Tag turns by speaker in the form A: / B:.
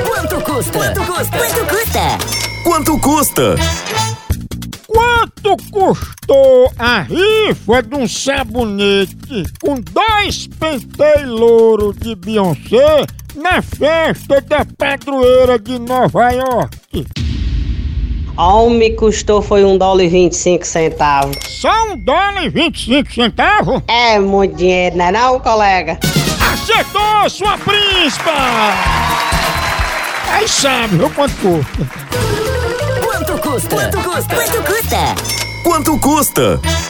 A: custa? Quanto custa? Quanto custa?
B: Quanto custa?
C: Quanto custou a rifa de um sabonete com dois penteios louro de Beyoncé na festa da padroeira de Nova York?
D: Ao me custou foi um dólar e 25 centavos.
C: Só um dólar e 25 centavos?
D: É muito dinheiro, não é não, colega?
C: Acertou, sua príncipa! Aí sabe, viu quanto custa?
A: Quanto custa? Quanto custa? Quanto custa?
B: Quanto custa?